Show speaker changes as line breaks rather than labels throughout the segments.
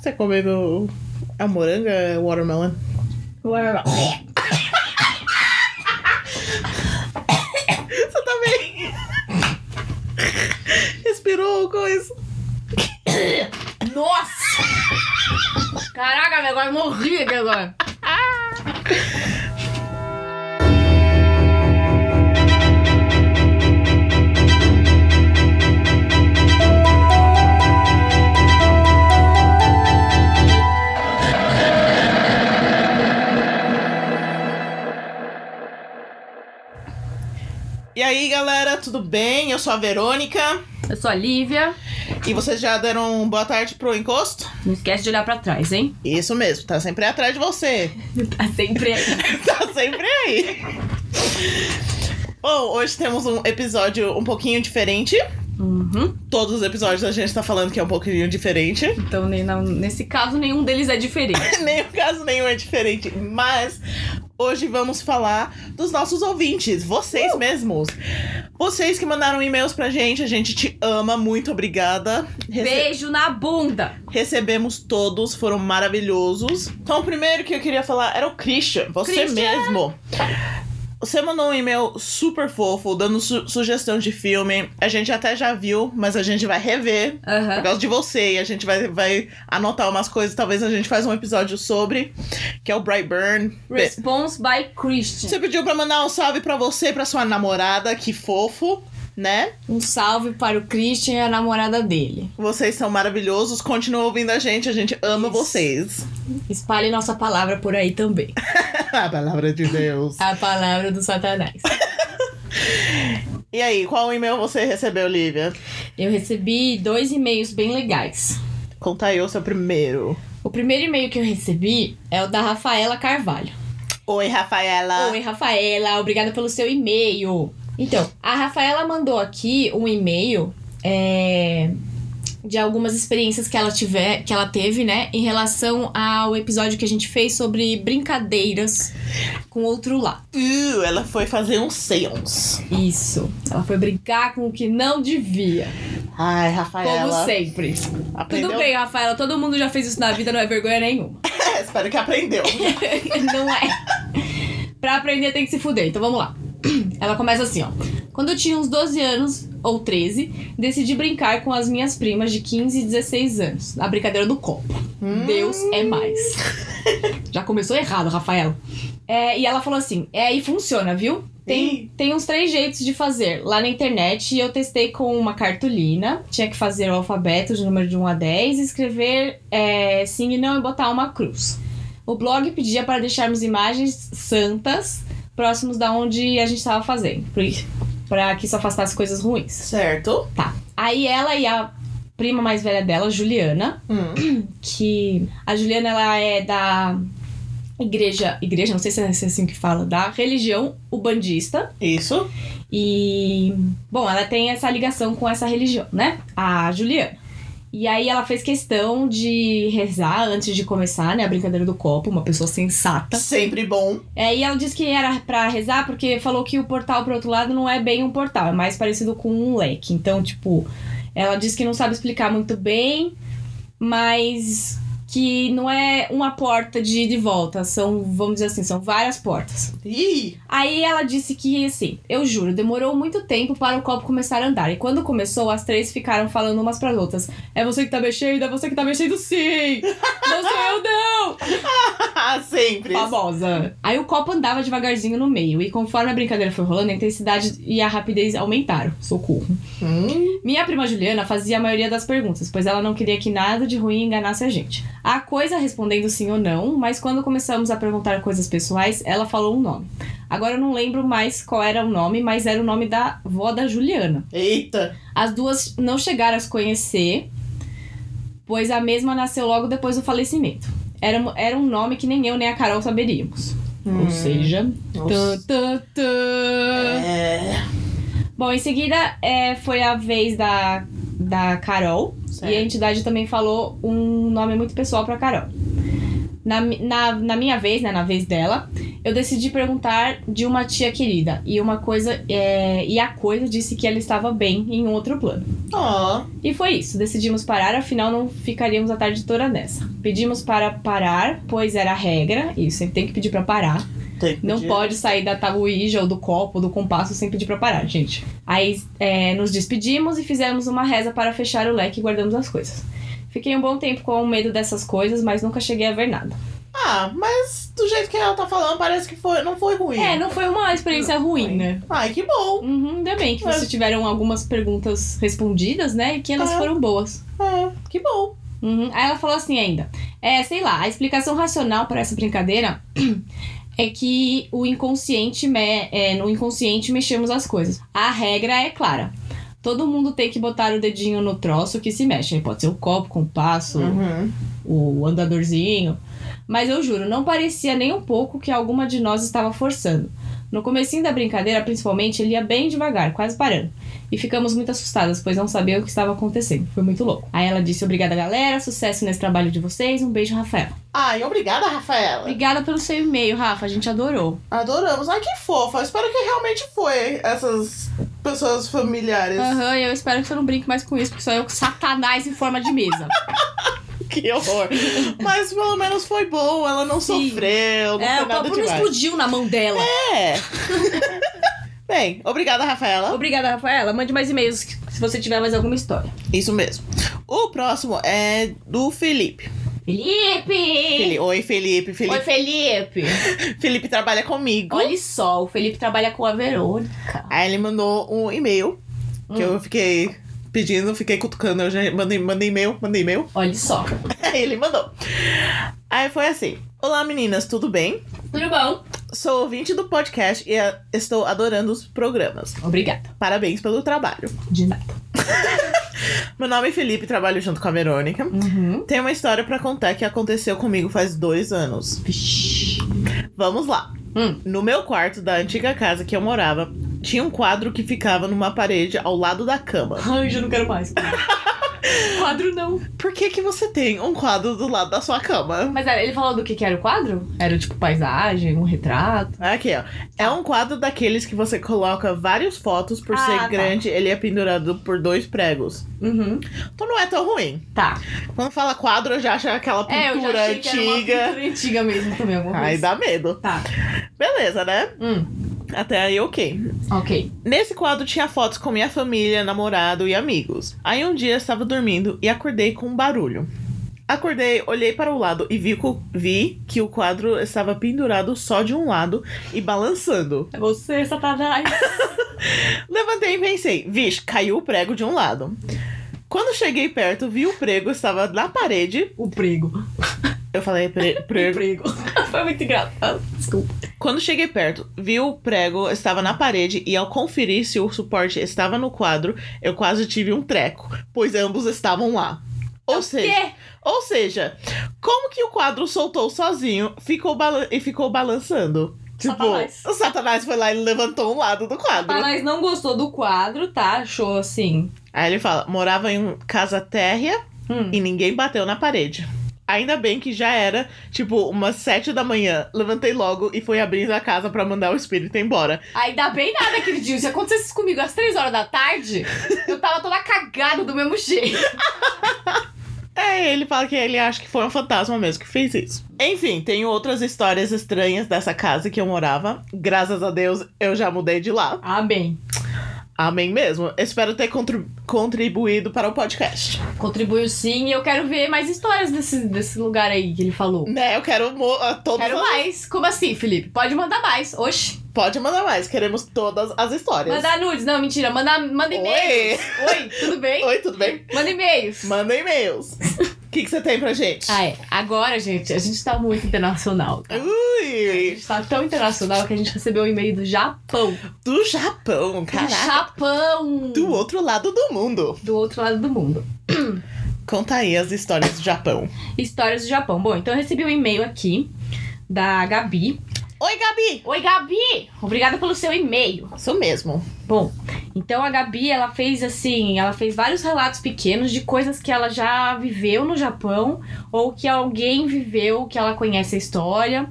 você comendo. É moranga? É watermelon?
Watermelon.
Você tá também. Respirou coisa.
Nossa! Caraca, velho, agora eu morri aqui agora.
E aí, galera, tudo bem? Eu sou a Verônica.
Eu sou a Lívia.
E vocês já deram um boa tarde pro encosto?
Não esquece de olhar pra trás, hein?
Isso mesmo, tá sempre atrás de você.
Tá sempre aí.
tá sempre aí. Bom, hoje temos um episódio um pouquinho diferente.
Uhum.
Todos os episódios a gente tá falando que é um pouquinho diferente.
Então, nem- não- nesse caso, nenhum deles é diferente.
Nenhum caso nenhum é diferente, mas hoje vamos falar dos nossos ouvintes, vocês mesmos. Vocês que mandaram e-mails pra gente, a gente te ama, muito obrigada. Rece-
Beijo na bunda!
Recebemos todos, foram maravilhosos. Então, o primeiro que eu queria falar era o Christian, você
Christian!
mesmo. Você mandou um e-mail super fofo, dando su- sugestão de filme. A gente até já viu, mas a gente vai rever
Aham.
por causa de você. E a gente vai, vai anotar umas coisas, talvez a gente faça um episódio sobre, que é o Brightburn.
Response by Christian.
Você pediu pra mandar um salve pra você, pra sua namorada, que fofo, né?
Um salve para o Christian e a namorada dele.
Vocês são maravilhosos, continuam ouvindo a gente, a gente ama
Isso.
vocês.
Espalhe nossa palavra por aí também.
a palavra de Deus.
A palavra do Satanás.
E aí, qual e-mail você recebeu, Lívia?
Eu recebi dois e-mails bem legais.
Conta aí o seu primeiro.
O primeiro e-mail que eu recebi é o da Rafaela Carvalho.
Oi, Rafaela.
Oi, Rafaela, obrigada pelo seu e-mail. Então, a Rafaela mandou aqui um e-mail é, de algumas experiências que ela tiver, que ela teve, né, em relação ao episódio que a gente fez sobre brincadeiras com outro lado.
Uh, ela foi fazer um seance.
Isso. Ela foi brincar com o que não devia,
Ai,
como
Rafaela.
sempre.
aprendeu?
Tudo bem, Rafaela, todo mundo já fez isso na vida, não é vergonha nenhuma.
Espero que aprendeu.
Não é. Pra aprender tem que se fuder, então vamos lá. Ela começa assim, ó. Quando eu tinha uns 12 anos, ou 13, decidi brincar com as minhas primas de 15 e 16 anos, na brincadeira do copo.
Hum.
Deus é mais. Já começou errado, Rafaela. É, e ela falou assim: é aí funciona, viu? Tem, tem uns três jeitos de fazer. Lá na internet eu testei com uma cartolina. Tinha que fazer o alfabeto de número de 1 a 10 e escrever é, sim e não e botar uma cruz. O blog pedia para deixarmos imagens santas próximos da onde a gente estava fazendo. Para que isso afastasse coisas ruins.
Certo.
Aí ela e a prima mais velha dela, Juliana,
Hum.
que a Juliana ela é da igreja, igreja, não sei se é assim que fala, da religião ubandista
Isso.
e bom, ela tem essa ligação com essa religião, né? A Juliana. E aí ela fez questão de rezar antes de começar, né, a brincadeira do copo, uma pessoa sensata.
Tá Sempre bom.
É, e ela disse que era pra rezar porque falou que o portal pro outro lado não é bem um portal, é mais parecido com um leque. Então, tipo, ela disse que não sabe explicar muito bem, mas que não é uma porta de ida e volta, são, vamos dizer assim, são várias portas.
Ih,
Aí ela disse que, assim, eu juro, demorou muito tempo para o copo começar a andar. E quando começou, as três ficaram falando umas pras outras. É você que tá mexendo, é você que tá mexendo sim! Não sou eu, não!
sempre.
Tá Famosa. Aí o copo andava devagarzinho no meio, e conforme a brincadeira foi rolando, a intensidade e a rapidez aumentaram. Socorro.
Hum.
Minha prima Juliana fazia a maioria das perguntas, pois ela não queria que nada de ruim enganasse a gente. A coisa respondendo sim ou não, mas quando começamos a perguntar coisas pessoais, ela falou um nome. Agora eu não lembro mais qual era o nome, mas era o nome da vó da Juliana.
Eita.
As duas não chegaram a se conhecer, pois a mesma nasceu logo depois do falecimento. Era, era um nome que nem eu nem a Carol saberíamos. Ou seja,
Hum.
tã,
Nossa.
tã, tã.
É.
Bom, em seguida é, foi a vez da, da Carol.
Certo.
E a entidade também falou um nome muito pessoal pra Carol. Na, mi- na, na minha vez, né, na vez dela, Eu decidi perguntar de uma tia querida. E uma coisa. é, E a coisa disse que ela estava bem em um outro plano.
Ó,
E foi isso, decidimos parar, afinal não ficaríamos a tarde toda nessa. Pedimos para parar, pois era a regra, isso, sempre tem que pedir para parar.
tem que
Não
pedir.
pode sair da tabuija ou do copo, do compasso sem pedir pra parar, gente. Aí é, nos despedimos e fizemos uma reza para fechar o leque e guardamos as coisas. Fiquei um bom tempo com medo dessas coisas, mas nunca cheguei a ver nada.
Ah, mas do jeito que ela tá falando, parece que foi, não foi ruim.
É, não foi uma experiência ruim, né?
Ai, que bom.
Uhum, ainda bem que
É.
vocês tiveram algumas perguntas respondidas, né? E que elas
É.
foram boas.
É, que bom.
Uhum. Aí ela falou assim ainda. É, sei lá, a explicação racional para essa brincadeira é que o inconsciente me- é, no inconsciente mexemos as coisas. A regra é clara. Todo mundo tem que botar o dedinho no troço que se mexe. Aí pode ser o copo, o compasso,
Uhum.
o andadorzinho. Mas eu juro, não parecia nem um pouco que alguma de nós estava forçando. No comecinho da brincadeira, principalmente, ele ia bem devagar, quase parando. E ficamos muito assustadas, pois não sabia o que estava acontecendo. Foi muito louco. Aí ela disse, obrigada galera, sucesso nesse trabalho de vocês. Um beijo, Rafael.
Ai, obrigada, Rafaela.
Obrigada pelo seu e-mail, Rafa. A gente adorou.
Adoramos. Ai, que fofa. Eu Espero que realmente foi essas pessoas familiares.
Aham, e eu espero que você não brinque mais com isso, porque sou eu com satanás em forma de mesa.
Que horror. Mas pelo menos foi bom. Ela não
Sim.
sofreu. Não
é,
foi
o
nada
Bruno
demais.
explodiu na mão dela.
É. Bem, obrigada, Rafaela.
Obrigada, Rafaela. Mande mais e-mails se você tiver mais alguma história.
Isso mesmo. O próximo é do Felipe.
Felipe!
Feli- Oi, Felipe. Felipe,
Oi, Felipe!
Felipe trabalha comigo.
Olha só, o Felipe trabalha com a Verônica.
Aí ele mandou um e-mail que
Hum.
eu fiquei pedindo, fiquei cutucando. Eu já mandei, mandei e-mail, mandei e-mail.
Olha só.
Aí ele mandou. Aí foi assim: Olá meninas, tudo bem?
Tudo bom?
Sou ouvinte do podcast e ah, estou adorando os programas.
Obrigada.
Parabéns pelo trabalho.
De nada.
Meu nome é Felipe, trabalho junto com a Verônica.
Uhum.
Tem uma história pra contar que aconteceu comigo faz dois anos.
Vixi.
Vamos lá.
Hum.
No meu quarto da antiga casa que eu morava, tinha um quadro que ficava numa parede ao lado da cama.
Ai, já não quero mais. quadro não.
Por que que você tem um quadro do lado da sua cama?
Mas era- ele falou do que, que era o quadro? Era tipo paisagem, um retrato.
Aqui, ó. É um quadro daqueles que você coloca várias fotos por
Ah,
ser
tá.
grande, ele é pendurado por dois pregos.
Uhum.
Então não é tão ruim.
Tá.
Quando fala quadro, eu já acho aquela
É, eu já
pintura
achei que era uma
antiga.
pintura antiga mesmo também, alguma
Ai,
coisa.
dá medo.
Tá.
Beleza, né?
Hum,
Até aí, ok.
ok.
Nesse quadro tinha fotos com minha família, namorado e amigos. Aí um dia eu estava dormindo e acordei com um barulho. Acordei, olhei para o lado e vi, co- vi que o quadro estava pendurado só de um lado e balançando.
É você, satanás.
Levantei e pensei, vixe, caiu o prego de um lado. Quando cheguei perto, vi o prego, estava na parede.
o prego.
Eu falei, "Pre-
O
prego.
prego. Foi muito engraçado. Desculpa.
Quando cheguei perto, vi o prego, estava na parede e ao conferir se o suporte estava no quadro, eu quase tive um treco, pois ambos estavam lá. Ou seja,
Quê?
ou seja, como que o quadro soltou sozinho ficou balan- e ficou balançando? Tipo,
Satanás.
o Satanás foi lá e levantou um lado do quadro.
Satanás Ah, não gostou do quadro, tá? Achou assim.
Aí ele fala: morava em um casa térrea
Hum.
E ninguém bateu na parede. Ainda bem que já era, tipo, umas sete da manhã. Levantei logo e fui abrindo a casa pra mandar o espírito embora.
Ainda bem nada, queridinho. Se acontecesse isso comigo às três horas da tarde, eu tava toda cagada do mesmo jeito.
É, ele fala que ele acha que foi um fantasma mesmo que fez isso. Enfim, tenho outras histórias estranhas dessa casa que eu morava. Graças a Deus, eu já mudei de lá.
Ah, bem.
Amém mesmo. Espero ter contri- contribuído para o podcast.
Contribuiu sim e eu quero ver mais histórias desse, desse lugar aí que ele falou.
Né, eu quero mo- a todas
Quero
as-
mais. Como assim, Felipe? Pode mandar mais. Oxi.
Pode mandar mais, queremos todas as histórias.
Mandar nudes. Não, mentira. Manda, manda e-mails. Oi. tudo bem?
Oi, tudo bem?
Manda e-mails.
Manda e-mails. O que, que você tem pra gente?
Ah, é. Agora, gente, a gente tá muito internacional. tá? A
Ui!
gente tá tão internacional que a gente recebeu um e-mail do Japão.
Do Japão,
Do
caraca.
Japão!
Do outro lado do mundo.
do outro lado do mundo.
Conta aí as histórias do Japão.
Histórias do Japão. Bom, então eu recebi um e-mail aqui da Gabi.
Oi, Gabi!
Oi, Gabi! Obrigada pelo seu e-mail.
Isso mesmo.
Bom, então a Gabi, ela fez assim, ela fez vários relatos pequenos de coisas que ela já viveu no Japão ou que alguém viveu, que ela conhece a história.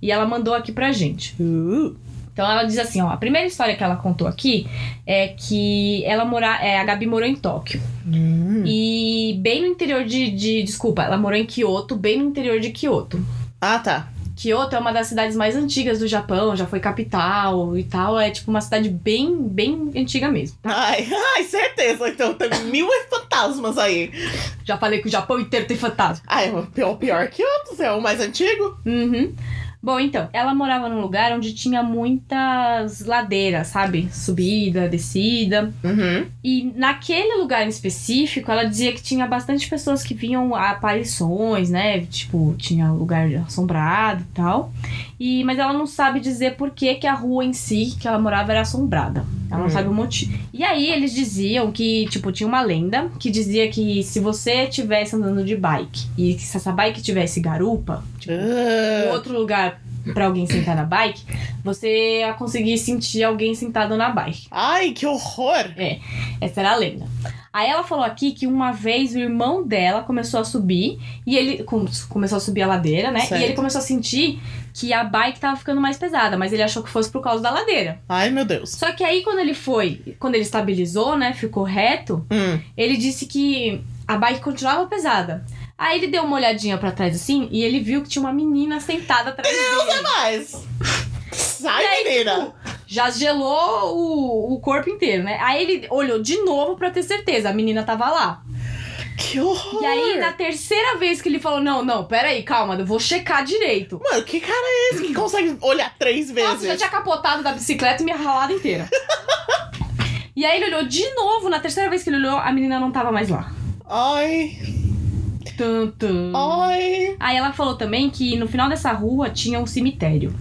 E ela mandou aqui pra gente.
Uh,
Então ela diz assim, ó, a primeira história que ela contou aqui é que ela mora, é, a Gabi morou em Tóquio.
hum.
E bem no interior de, de- desculpa, ela morou em Kyoto, bem no interior de Kyoto.
Ah, tá.
Kyoto é uma das cidades mais antigas do Japão, já foi capital e tal, é tipo uma cidade bem, bem antiga mesmo.
Ai, ai, certeza. Então tem mil fantasmas aí.
Já falei que o Japão inteiro tem fantasma.
Ai, é o pior, pior que outros, é o mais antigo.
Uhum. Bom, então, ela morava num lugar onde tinha muitas ladeiras, sabe? Subida, descida.
Uhum.
E naquele lugar em específico, ela dizia que tinha bastante pessoas que vinham a aparições, né? Tipo, tinha lugar assombrado e tal. E, mas ela não sabe dizer por que, que a rua em si que ela morava era assombrada. Ela não
Hum.
sabe o motivo. E aí eles diziam que, tipo, tinha uma lenda que dizia que se você estivesse andando de bike e se essa bike tivesse garupa, tipo, um
Ah,
outro lugar pra alguém sentar na bike, você ia conseguir sentir alguém sentado na bike.
Ai, que horror.
Essa era a lenda. Aí ela falou aqui que uma vez o irmão dela começou a subir e ele com- começou a subir a ladeira, né?
Certo.
E ele começou a sentir que a bike tava ficando mais pesada, mas ele achou que fosse por causa da ladeira.
Ai, meu Deus.
Só que aí quando ele foi, quando ele estabilizou, né, ficou reto,
Hum.
ele disse que a bike continuava pesada. Aí ele deu uma olhadinha pra trás assim e ele viu que tinha uma menina sentada atrás dele.
Mas. Sai,
E aí,
menina.
Já gelou o, o corpo inteiro, né? Aí ele olhou de novo pra ter certeza, a menina tava lá.
Que horror.
tipo, E aí, na terceira vez que ele falou: Não, não, peraí, calma, eu vou checar direito.
Mano, que cara é esse que consegue olhar três
Nossa, já
vezes?
tinha capotado da bicicleta e me ralado inteira. e aí, ele olhou de novo. Na terceira vez que ele olhou, a menina não tava mais lá.
Ai,
Tum, tum.
ai.
Aí, ela falou também que no final dessa rua tinha um cemitério.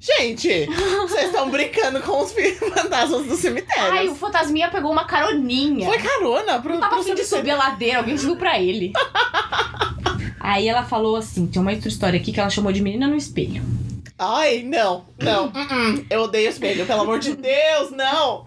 Gente, vocês estão brincando com os fantasmas do cemitério.
Ai, o fantasminha pegou uma caroninha.
Foi carona pro,
Não tava
pro
afim de
cemitério.
subir a ladeira, alguém subiu pra ele. Aí ela falou assim: tinha uma outra história aqui que ela chamou de menina no espelho.
Ai, não, não.
Hum.
uh-uh. Eu odeio espelho, pelo amor de Deus, não.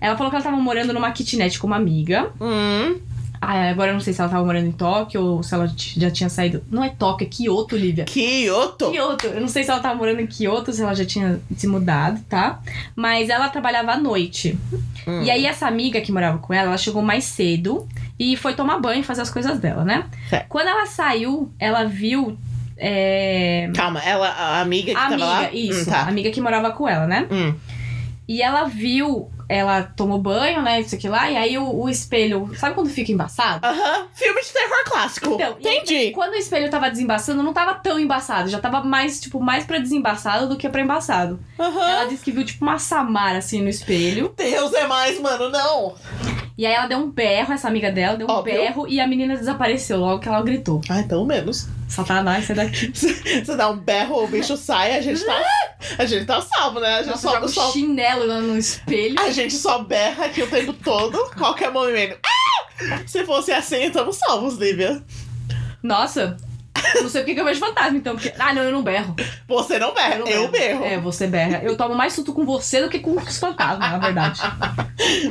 Ela falou que ela tava morando numa kitnet com uma amiga.
Hum.
Ah, agora eu não sei se ela tava morando em Tóquio ou se ela t- já tinha saído. Não é Tóquio, é Kyoto, Lívia.
Kyoto.
Kyoto. Eu não sei se ela tava morando em Kyoto, se ela já tinha se mudado, tá? Mas ela trabalhava à noite.
Hum.
E aí, essa amiga que morava com ela, ela chegou mais cedo e foi tomar banho e fazer as coisas dela, né?
Certo.
Quando ela saiu, ela viu. é,
Calma, ela, a amiga que
A
tava lá?
amiga, isso.
Hum,
A
tá.
amiga que morava com ela, né?
Hum.
E ela viu, ela tomou banho, né? Isso aqui lá. E aí o, o espelho. Sabe quando fica embaçado?
Aham, filme de terror clássico.
Então, e aí,
Entendi.
Quando o espelho tava desembaçando, não tava tão embaçado. Já tava mais, tipo, mais pra desembaçado do que pra embaçado.
Aham.
Ela disse que viu, tipo, uma Samara, assim, no espelho.
Deus é mais, mano, não.
E aí ela deu um berro, essa amiga dela, deu um
Óbvio.
berro. E a menina desapareceu logo que ela gritou.
Ai, pelo menos.
Satanás, sai daqui.
Você dá um berro, o bicho sai, a gente tá. A gente tá salvo, né? A gente,
Nossa,
só,
joga um
só-
chinelo no- no espelho.
a gente só berra aqui o tempo todo, qualquer movimento. Ah! Se fosse assim, estamos salvos, Lívia.
Nossa... Não sei por que que eu vejo fantasma, então. Porque... Ah, não, eu não berro.
Você não berra,
Eu, não
eu berro.
É, você berra. Eu tomo mais susto com você do que com os fantasmas, na verdade.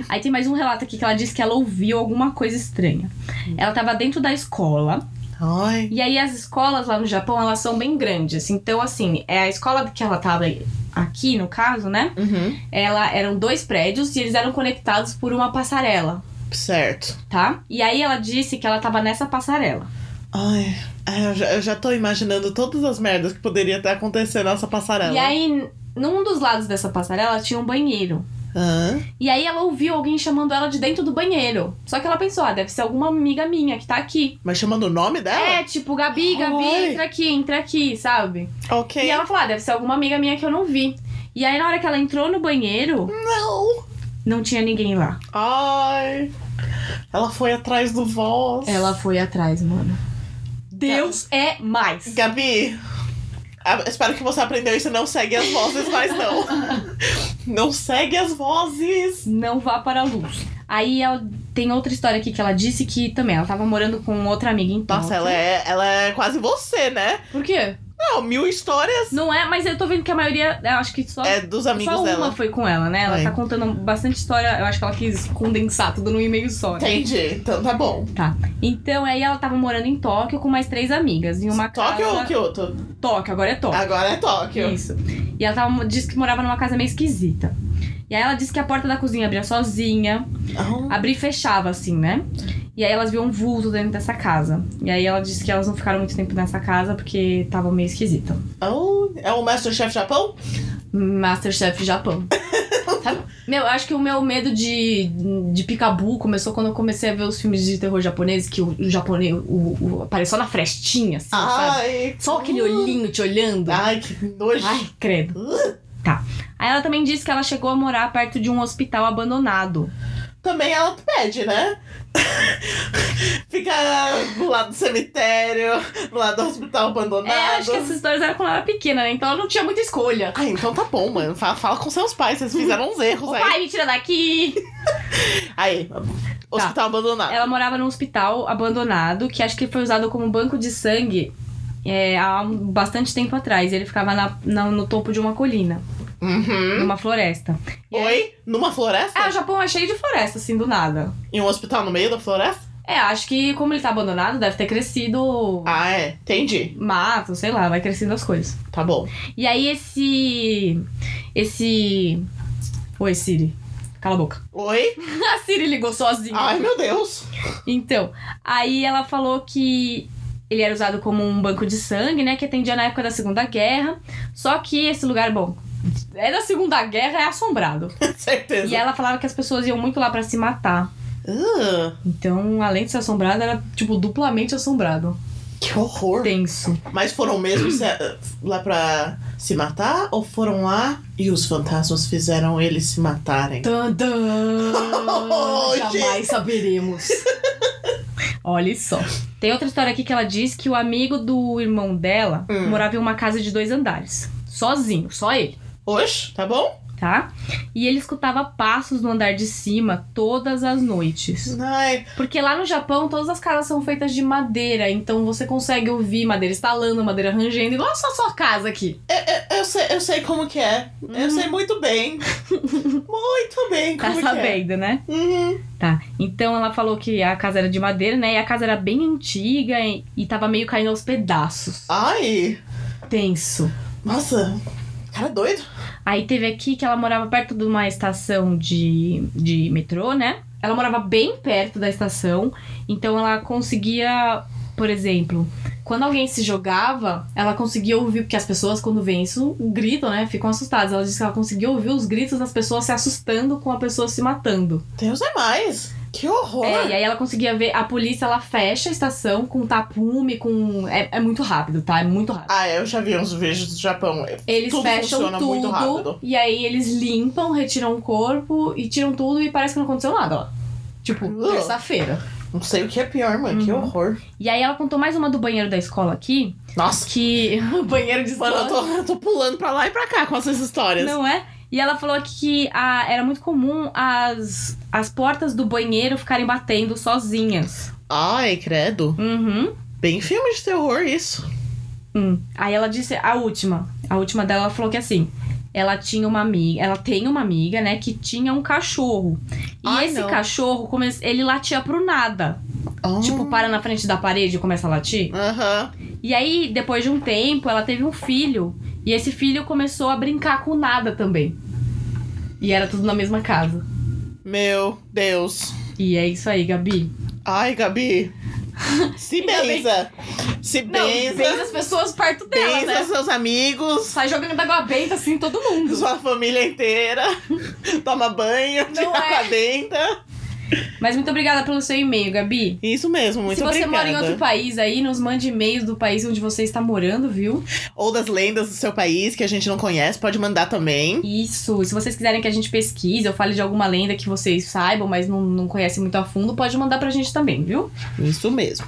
Aí tem mais um relato aqui que ela diz que ela ouviu alguma coisa estranha. Ela tava dentro da escola.
Ai.
E aí as escolas lá no Japão, elas são bem grandes. Então, assim, é a escola que ela tava aqui, no caso, né?
Uhum.
Ela eram dois prédios e eles eram conectados por uma passarela,
Certo.
tá? E aí ela disse que ela tava nessa passarela.
Ai. ai, Eu já, eu já tô imaginando todas as merdas que poderia estar acontecendo nessa passarela.
E aí, num dos lados dessa passarela tinha um banheiro.
Hã?
E aí ela ouviu alguém chamando ela de dentro do banheiro. Só que ela pensou, ah, deve ser alguma amiga minha que tá aqui.
Mas chamando o nome dela?
É, tipo, Gabi, Gabi,
Oi.
entra aqui, entra aqui, sabe?
Ok.
E ela falou, ah, deve ser alguma amiga minha que eu não vi. E aí na hora que ela entrou no banheiro,
Não.
não tinha ninguém lá.
Ai. Ela foi atrás do voz.
Ela foi atrás, mano. Deus é mais.
Gabi, a- espero que você aprendeu isso. Não segue as vozes mais, não. não segue as vozes.
Não vá para a luz. Aí ela tem outra história aqui que ela disse que também ela tava morando com outra amiga em
Nossa,
Tóquio.
ela é, ela é quase é você, né?
Por quê?
Não, mil histórias
Não é, mas eu tô vendo que a maioria. eu Acho que só.
é dos amigos
só uma
dela.
foi com ela, né? Ela
Ai.
tá contando bastante história. Eu acho que ela quis condensar tudo num e-mail só. né?
Entendi. Então tá bom.
Então, aí ela tava morando em Tóquio com mais três amigas. Em uma
Tóquio
casa...
ou Kyoto?
Tóquio, agora é Tóquio.
Agora é Tóquio.
Isso. E ela tava, disse que morava numa casa meio esquisita. E aí ela disse que a porta da cozinha abria sozinha,
Ah,
abria e fechava, assim, né? E aí elas viam um vulto dentro dessa casa. E aí ela disse que elas não ficaram muito tempo nessa casa porque tava meio esquisita.
ah, É o Masterchef Japão?
Masterchef Japão. Sabe? Meu, eu acho que o meu medo de, de picabu começou quando eu comecei a ver os filmes de terror japoneses, que o, o japonês o, o- apareceu só na frestinha, assim,
Ah,
sabe?
Ai. uh,
Só aquele olhinho te olhando.
Ai, que nojo.
Ai, credo. Tá. Aí ela também disse que ela chegou a morar perto de um hospital abandonado.
Também ela pede, né? Fica do lado do cemitério, do lado do hospital abandonado.
É, acho que essas histórias eram quando ela era pequena, né? Então ela não tinha muita escolha.
Ah, então tá bom, mano. Fala, fala com seus pais, vocês fizeram uns
O
erros aí.
pai me tira daqui!
Aí,
Tá.
hospital abandonado.
Ela morava num hospital abandonado, que acho que foi usado como banco de sangue é, há um- bastante tempo atrás. Ele ficava na- na- no topo de uma colina,
Uhum.
numa floresta. É. E aí-
Oi? Numa floresta?
Ah, o Japão é cheio de floresta, assim, do nada.
Em um hospital no meio da floresta?
É, acho que como ele tá abandonado, deve ter crescido
Ah, é. Entendi.
mato, sei lá, vai crescendo as coisas.
Tá bom.
E aí esse. Esse. Oi, Siri. Cala a boca.
Oi?
A Siri ligou sozinha.
Ai, meu Deus.
Então, aí ela falou que ele era usado como um banco de sangue, né? Que atendia na época da Segunda Guerra. Só que esse lugar, bom, é da Segunda Guerra, é assombrado.
Certeza.
E ela falava que as pessoas iam muito lá pra se matar.
Ah,
Então, além de ser assombrado, era, tipo, duplamente assombrado.
que horror.
Tenso.
Mas foram mesmo se- eh, lá pra se matar? Ou foram lá e os fantasmas fizeram eles se matarem?
Tantã!
Oh,
Jamais saberemos. Olha só. Tem outra história aqui que ela diz que o amigo do irmão dela
Hum.
morava em uma casa de dois andares. Sozinho, só ele,
Oxe, tá bom?
tá? E ele escutava passos no andar de cima todas as noites.
Ai,
Porque lá no Japão todas as casas são feitas de madeira, então você consegue ouvir madeira estalando, madeira rangendo, igual a sua, sua casa aqui.
eu, eu sei, eu sei como que é. Eu sei muito bem. muito bem
Uhum. Tá
como que é.
sabendo, né?
Uhum.
Tá. Então ela falou que a casa era de madeira, né? E a casa era bem antiga e, e tava meio caindo aos pedaços.
Ai,
Tenso.
nossa. Cara doido.
Aí teve aqui que ela morava perto de uma estação de, de metrô, né? Ela morava bem perto da estação, então ela conseguia, por exemplo, quando alguém se jogava, ela conseguia ouvir, porque as pessoas, quando veem isso, gritam, né? Ficam assustadas. Ela disse que ela conseguia ouvir os gritos das pessoas se assustando com a pessoa se matando.
Deus é mais. Que horror.
É, e aí ela conseguia ver, a polícia ela fecha a estação com tapume, com. É, é muito rápido, tá? É muito rápido.
Ah, é, eu já vi uns vídeos do Japão.
Eles
tudo
fecham
funciona
tudo
muito rápido.
e aí eles limpam, retiram o corpo e tiram tudo e parece que não aconteceu nada, ó. Tipo,
Uh.
terça-feira.
Não sei o que é pior, mano. Que
Uhum.
horror.
E aí ela contou mais uma do banheiro da escola aqui,
Nossa.
que. o banheiro de
Mano, eu tô, eu tô pulando pra lá e pra cá com essas histórias.
Não é? E ela falou que a- era muito comum as, as portas do banheiro ficarem batendo sozinhas.
Ai, credo.
Uhum.
Bem filme de terror isso.
Hum. Aí ela disse a última. A última dela ela falou que assim, ela tinha uma amiga, ela tem uma amiga, né, que tinha um cachorro. E
Ai,
esse
não.
cachorro, come... ele latia pro nada. Tipo, para na frente da parede e começa a latir.
Aham.
E aí, depois de um tempo, ela teve um filho. E esse filho começou a brincar com nada também. E era tudo na mesma casa.
Meu Deus.
E é isso aí, Gabi.
Ai, Gabi. Se
Ainda bem-
benza. Se
Não,
benza.
benza as pessoas perto dela,
Benza
né?
seus amigos.
Sai jogando água benta assim em todo mundo.
Sua família inteira. Toma banho.
Não
tira
é.
pra dentro.
Mas muito obrigada pelo seu e-mail, Gabi.
Isso mesmo, muito
Se você
obrigada.
mora em outro país aí, nos mande e-mails do país onde você está morando, viu?
Ou das lendas do seu país que a gente não conhece, pode mandar também.
Isso. Se vocês quiserem que a gente pesquise ou fale de alguma lenda que vocês saibam, mas não, não conhecem muito a fundo, pode mandar pra gente também, viu?
Isso mesmo.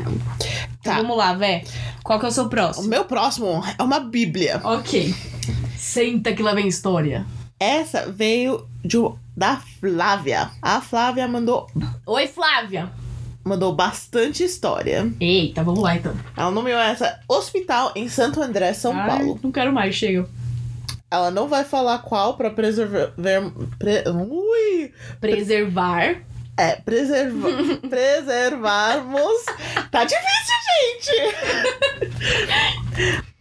Tá.
Vamos lá, Vé. Qual que é o seu
O
próximo?
meu próximo é uma bíblia.
Ok. Senta que lá vem história.
Essa um, veio de, da Flávia. A Flávia mandou
Oi, Flávia.
mandou bastante história.
Eita, vamos lá então.
Ela nomeou essa Hospital em Santo André, São
Ai,
Paulo.
Não quero mais, chega.
Ela não vai falar qual pra preservar. Pre, ui!
Preservar.
É, preserva, preservarmos. Tá difícil, gente!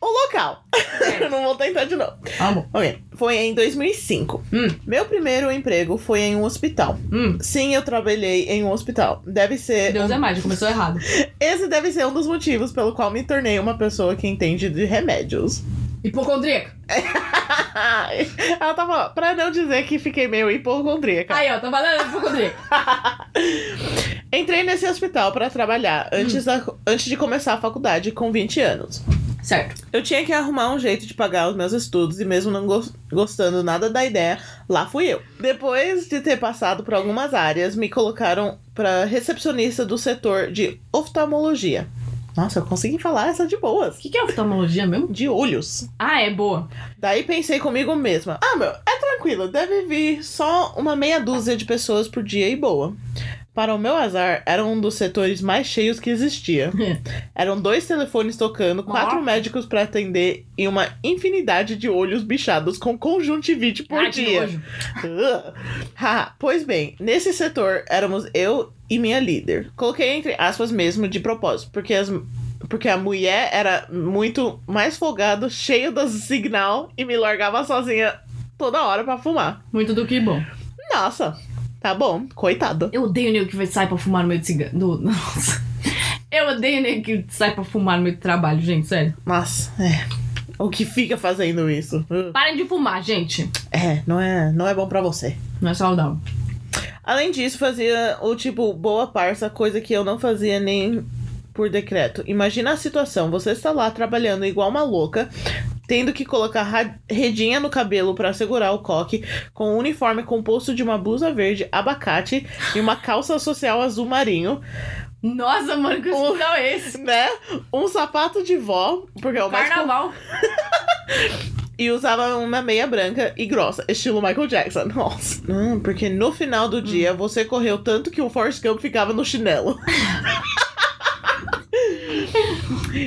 o local.
É.
Eu não vou tentar de novo.
Amo.
Ok, foi em 2005.
Hum.
Meu primeiro emprego foi em um hospital.
Hum.
Sim, eu trabalhei em um hospital. Deve ser.
Deus é mais, já começou errado.
Esse deve ser um dos motivos pelo qual me tornei uma pessoa que entende de remédios.
Hipocondríaca.
Ela tava. Pra não dizer que fiquei meio hipocondríaca.
Aí, ó, tá falando hipocondríaca.
Entrei nesse hospital pra trabalhar antes, da, antes de começar a faculdade com 20 anos.
Certo.
Eu tinha que arrumar um jeito de pagar os meus estudos e, mesmo não gos- gostando nada da ideia, lá fui eu. Depois de ter passado por algumas áreas, me colocaram pra recepcionista do setor de oftalmologia. Nossa, eu consegui falar essa de boas.
O que, que é oftalmologia mesmo?
De olhos.
Ah, é boa.
Daí pensei comigo mesma: ah, meu, é tranquilo, deve vir só uma meia dúzia de pessoas por dia e boa. Para o meu azar, era um dos setores mais cheios que existia. Eram dois telefones tocando, quatro
Nossa.
médicos pra atender e uma infinidade de olhos bichados com conjuntivite por
Ah, que
dia.
nojo.
Ugh. Haha. pois bem, nesse setor éramos eu e minha líder. Coloquei entre aspas mesmo de propósito, porque as porque a mulher era muito mais folgada, cheia do sinal e me largava sozinha toda hora pra fumar.
Muito do que bom.
Nossa, tá bom, coitada.
Eu odeio nego que sai pra fumar no meio de cigano. Do... Nossa. Eu odeio nego que sai pra fumar no meio do trabalho, gente, sério.
Nossa, é. O que fica fazendo isso? Ugh.
Parem de fumar, gente.
É, não é, não é bom pra você.
Não é saudável.
Além disso, fazia o tipo boa parça, coisa que eu não fazia nem por decreto. Imagina a situação, você está lá trabalhando igual uma louca, tendo que colocar ra- redinha no cabelo para segurar o coque, com um uniforme composto de uma blusa verde, abacate e uma calça social azul marinho,
Nossa, mano, que
O-
hospital é esse?
né? Um sapato de vó, porque é o mais com...
Carnaval.
e usava uma meia branca e grossa, estilo Michael Jackson. Nossa. Hum, porque no final do dia você correu tanto que o Forrest Gump ficava no chinelo.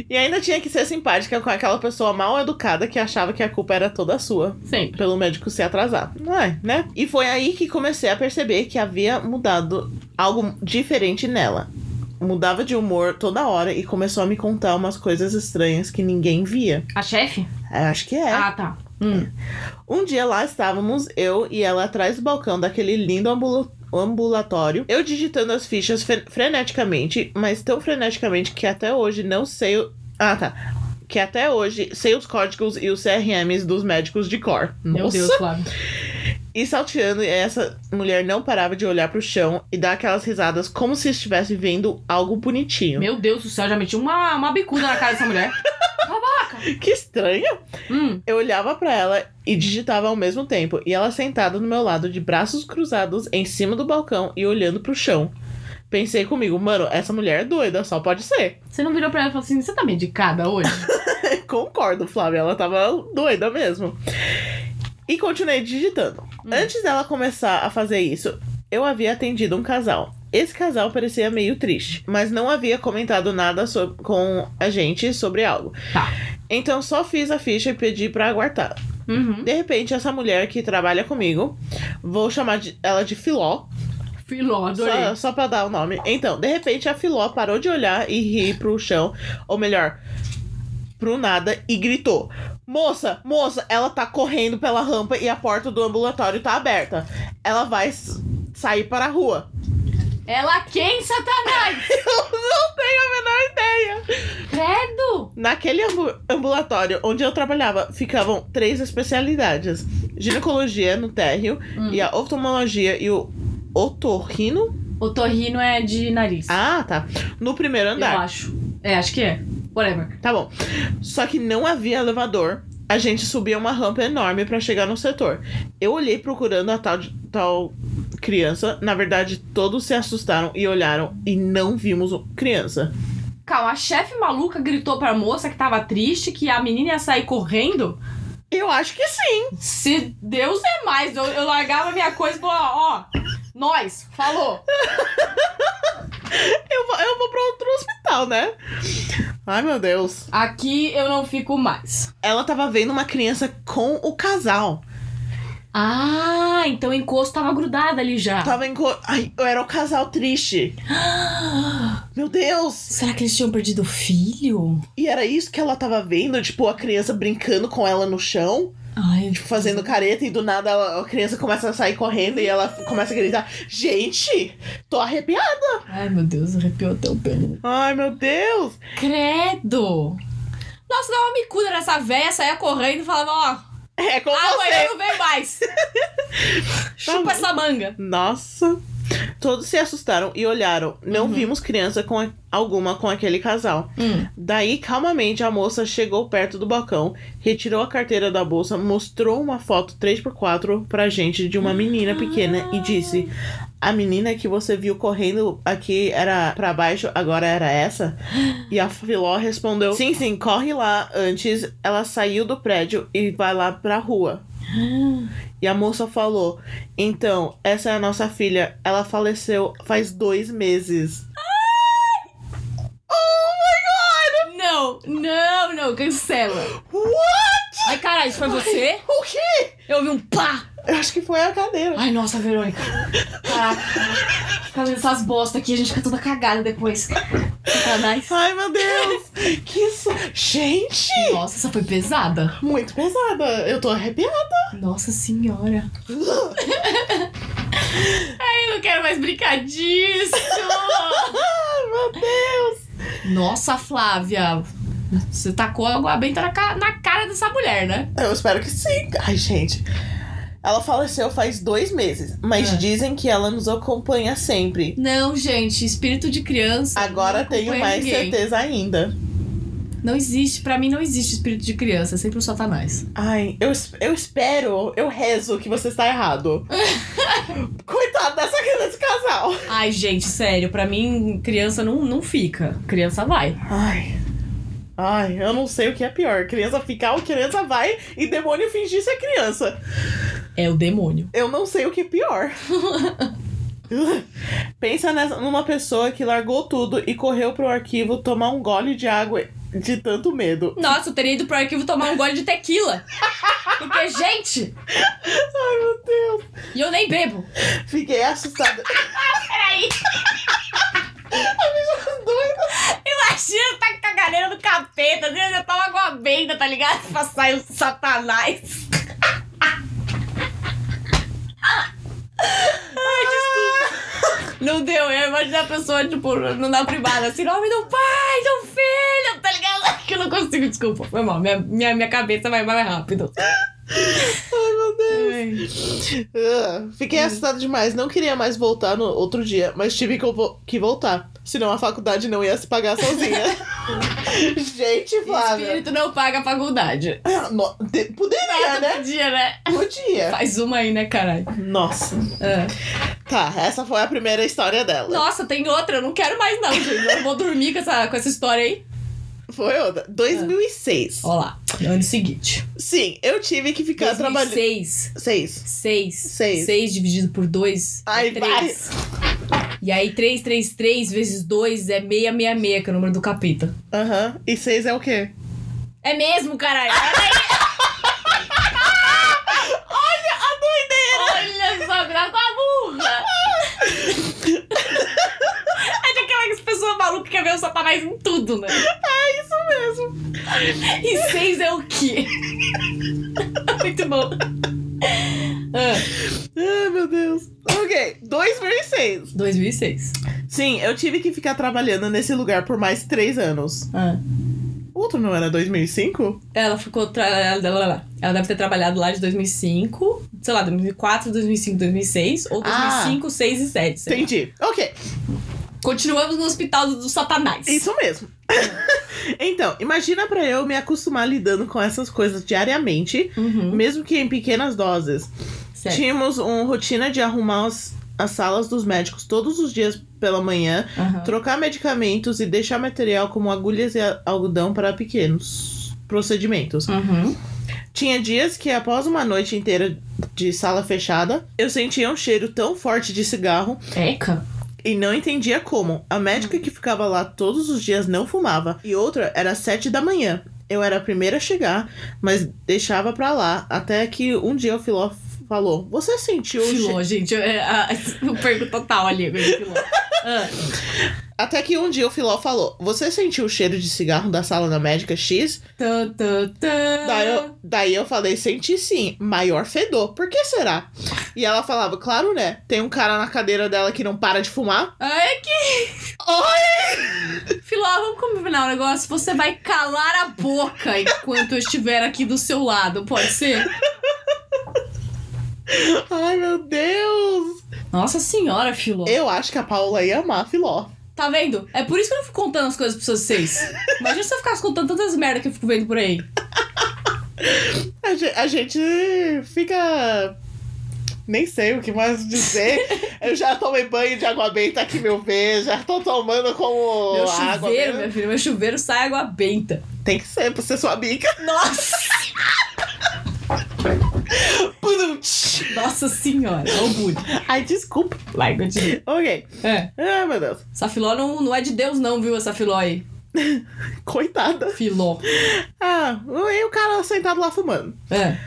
e ainda tinha que ser simpática com aquela pessoa mal educada que achava que a culpa era toda sua
Sempre.
pelo médico se atrasar. Não é, né? E foi aí que comecei a perceber que havia mudado algo diferente nela. Mudava de humor toda hora e começou a me contar umas coisas estranhas que ninguém via.
A chefe?
Acho que é.
Ah, tá. Hum.
Um dia lá estávamos eu e ela atrás do balcão daquele lindo ambulu- ambulatório. Eu digitando as fichas fre- freneticamente, mas tão freneticamente que até hoje não sei o. Ah, tá. Que até hoje sei os códigos e os CRMs dos médicos de cor.
Meu
Nossa.
Deus, Flávio.
E salteando, e essa mulher não parava de olhar pro chão e dar aquelas risadas como se estivesse vendo algo bonitinho.
Meu Deus do céu, já meti uma, uma bicuda na cara dessa mulher.
Que estranho!
Hum.
Eu olhava pra ela e digitava ao mesmo tempo, e ela sentada no meu lado, de braços cruzados em cima do balcão e olhando pro chão. Pensei comigo, mano, essa mulher é doida, só pode ser.
Você não virou pra ela e falou assim, você tá medicada hoje?
Concordo, Flávia, ela tava doida mesmo. E continuei digitando. Antes dela começar a fazer isso, eu havia atendido um casal. Esse casal parecia meio triste, mas não havia comentado nada so- com a gente sobre algo.
Tá.
Então só fiz a ficha e pedi pra aguardar.
Uhum.
De repente, essa mulher que trabalha comigo, vou chamar de- ela de Filó,
Filó, adorei.
só, só pra dar o nome. Então, de repente, a Filó parou de olhar e rir pro chão, ou melhor, pro nada, e gritou: Moça, moça, ela tá correndo pela rampa e a porta do ambulatório tá aberta. Ela vai s- sair para a rua.
Ela quem, Satanás?
Eu não tenho a menor ideia.
Credo!
Naquele ambu- ambulatório onde eu trabalhava, ficavam três especialidades: ginecologia no térreo
Hum.
e a oftalmologia e o otorrino.
O torrino é de nariz.
Ah, tá. No primeiro
Eu
andar.
acho. É, acho que é. Whatever.
Tá bom. Só que não havia elevador. A gente subia uma rampa enorme pra chegar no setor. Eu olhei procurando a tal, de- tal criança. Na verdade, todos se assustaram e olharam e não vimos o- criança.
Calma, a chefe maluca gritou pra moça que tava triste que a menina ia sair correndo.
Eu acho que sim.
Se Deus é mais, eu, eu largava minha coisa e falava, ó, nós, falou.
Eu vou, eu vou pra outro hospital, né? Ai, meu Deus.
Aqui eu não fico mais.
Ela tava vendo uma criança com o casal.
Ah, então o encosto tava grudado ali já.
Tava em. co- Ai, eu era o casal triste. Meu Deus!
Será que eles tinham perdido o filho?
E era isso que ela tava vendo, tipo, a criança brincando com ela no chão,
Ai,
tipo, fazendo careta, e do nada ela- a criança começa a sair correndo e ela começa a gritar: Gente, tô arrepiada!
ai meu Deus, arrepiou até o pelo.
Ai, meu Deus!
Credo! Nossa, dá uma micuda nessa véia, saia correndo e falava, ó,
É com você!
amanhã não vem mais. Chupa essa manga.
Nossa! Todos se assustaram e olharam. Não
Uhum.
vimos criança com a- alguma com aquele casal. Daí, calmamente, a moça chegou perto do balcão, retirou a carteira da bolsa, mostrou uma foto 3x4 pra gente de uma menina pequena e disse: A menina que você viu correndo aqui era pra baixo, agora era essa? E a Filó respondeu: Sim, sim, corre lá antes. Ela saiu do prédio e vai lá pra rua.
Hum.
E a moça falou: Então, essa é a nossa filha. Ela faleceu faz dois meses.
Não, não, não, cancela.
What?
Ai, caralho, isso foi você?
O quê?
Eu ouvi um pá!
Eu acho que foi a cadeira.
Ai, nossa, Verônica. Caraca. Fazendo essas bosta aqui, a gente fica toda cagada depois. Satanás.
Ai, meu Deus! que isso? Gente!
Nossa, essa foi pesada.
Muito pesada. Eu tô arrepiada.
Nossa senhora. Ai, eu não quero mais brincar disso.
Ai, meu Deus!
Nossa, Flávia. Você tacou água benta na, ca- na cara dessa mulher, né?
Eu espero que sim. Ai, gente. Ela faleceu faz dois meses, mas
É.
dizem que ela nos acompanha sempre.
Não, gente, espírito de criança.
Agora
não
tenho
acompanha
mais
ninguém.
certeza ainda.
Não existe, pra mim não existe espírito de criança, é sempre o Satanás.
Ai, eu, es- eu espero, eu rezo que você está errado. Coitado dessa, desse casal.
Ai, gente, sério, pra mim criança não, não fica, criança vai.
Ai. Ai, eu não sei o que é pior. Criança ficar ou criança vai e demônio fingir ser criança.
É o demônio.
Eu não sei o que é pior. Pensa nessa, numa pessoa que largou tudo e correu pro arquivo tomar um gole de água de tanto medo.
Nossa, eu teria ido pro arquivo tomar um gole de tequila. Porque, gente,
Ai, meu Deus.
e eu nem bebo.
Fiquei assustada.
Peraí, imagina tá com a galera do capeta, às vezes eu tomo água benta, tá ligado? Pra sair o Satanás. Não deu, eu imagino a pessoa, tipo, no- na privada, assim, nome do pai, do filho, tá ligado? Que eu não consigo, desculpa. Foi mal, minha, minha, minha cabeça vai mais rápido.
Ai, meu Deus. Ah, Fiquei assustada demais, não queria mais voltar no outro dia, mas tive que, eu vo- que voltar. Senão a faculdade não ia se pagar sozinha. Gente, Flávia.
Espírito não paga a faculdade.
Ah, no- de- Poderia,
Nada
né?
podia, né?
Podia.
Faz uma aí, né, caralho?
Nossa.
É.
Tá, essa foi a primeira história dela.
Nossa, tem outra, eu não quero mais não, gente. Eu vou dormir com essa, com essa história aí.
Foi outra. 2006.
Ó lá, no ano seguinte.
Sim, eu tive que ficar trabalhando.
2006.
Seis.
6.
Seis.
6 dividido por 2
Ai,
é 3. E aí 333 vezes 2 é 666, que é o número do capeta.
Aham. E seis é o quê?
É mesmo, caralho? Olha a doideira! Olha só, cuidado com a burra! é daquelas pessoas malucas que quer ver o satanás em tudo, né? É isso mesmo! E seis é o quê? Muito bom. Ah,
Ai, meu Deus. Ok, 2006.
2006.
Sim, eu tive que ficar trabalhando nesse lugar por mais três anos.
Ah.
O outro não era 2005?
Ela ficou. Tra... Ela, ela- ela- ela deve ter trabalhado lá de 2005, sei lá, 2004, 2005, 2006, ou
Ah.
2005, 6 e 7. sei lá.
Entendi. Ok,
Continuamos no hospital do, do Satanás.
isso mesmo. então, imagina pra eu me acostumar lidando com essas coisas diariamente,
Uhum.
mesmo que em pequenas doses.
Certo.
Tínhamos uma rotina de arrumar as, as salas dos médicos todos os dias pela manhã,
Aham.
trocar medicamentos e deixar material como agulhas e a- algodão para pequenos procedimentos.
Uhum.
Tinha dias que, após uma noite inteira de sala fechada, eu sentia um cheiro tão forte de cigarro
Eca?
e não entendia como. A médica que ficava lá todos os dias não fumava e outra era às sete da manhã. Eu era a primeira a chegar, mas deixava pra lá até que um dia o Filó falou: Você sentiu o
Filó, gente, eu, é, a- eu perco total ali agora de filó. Ah,
Até que um dia o Filó falou: Você sentiu o cheiro de cigarro da sala da médica X?
tã, tã, tã.
Daí eu, daí eu falei: Senti sim, maior fedor. Por que será? E ela falava: Claro, né? Tem um cara na cadeira dela que não para de fumar.
Ai, que. Oi! Filó, vamos combinar um negócio? Você vai calar a boca enquanto eu estiver aqui do seu lado, pode ser?
Ai, meu Deus!
Nossa senhora, Filó.
Eu acho que a Paula ia amar Filó.
Tá vendo? É por isso que eu não fico contando as coisas pra vocês. Imagina se eu ficasse contando tantas merdas que eu fico vendo por aí.
A ge- a gente, fica. Nem sei o que mais dizer. eu já tomei banho de água benta aqui, meu bem. Já tô tomando como
meu
água.
chuveiro,
mesmo.
minha filha, meu chuveiro sai água benta.
Tem que ser pra ser sua amiga.
Nossa!
Pudum.
Nossa senhora, é o bullying.
Ai, desculpa.
Vai, continua.
Ok.
É.
Ai, meu Deus.
Essa filó não, não é de Deus, não, viu? Essa filó aí.
Coitada.
Filó.
Ah, e o cara sentado lá fumando.
É.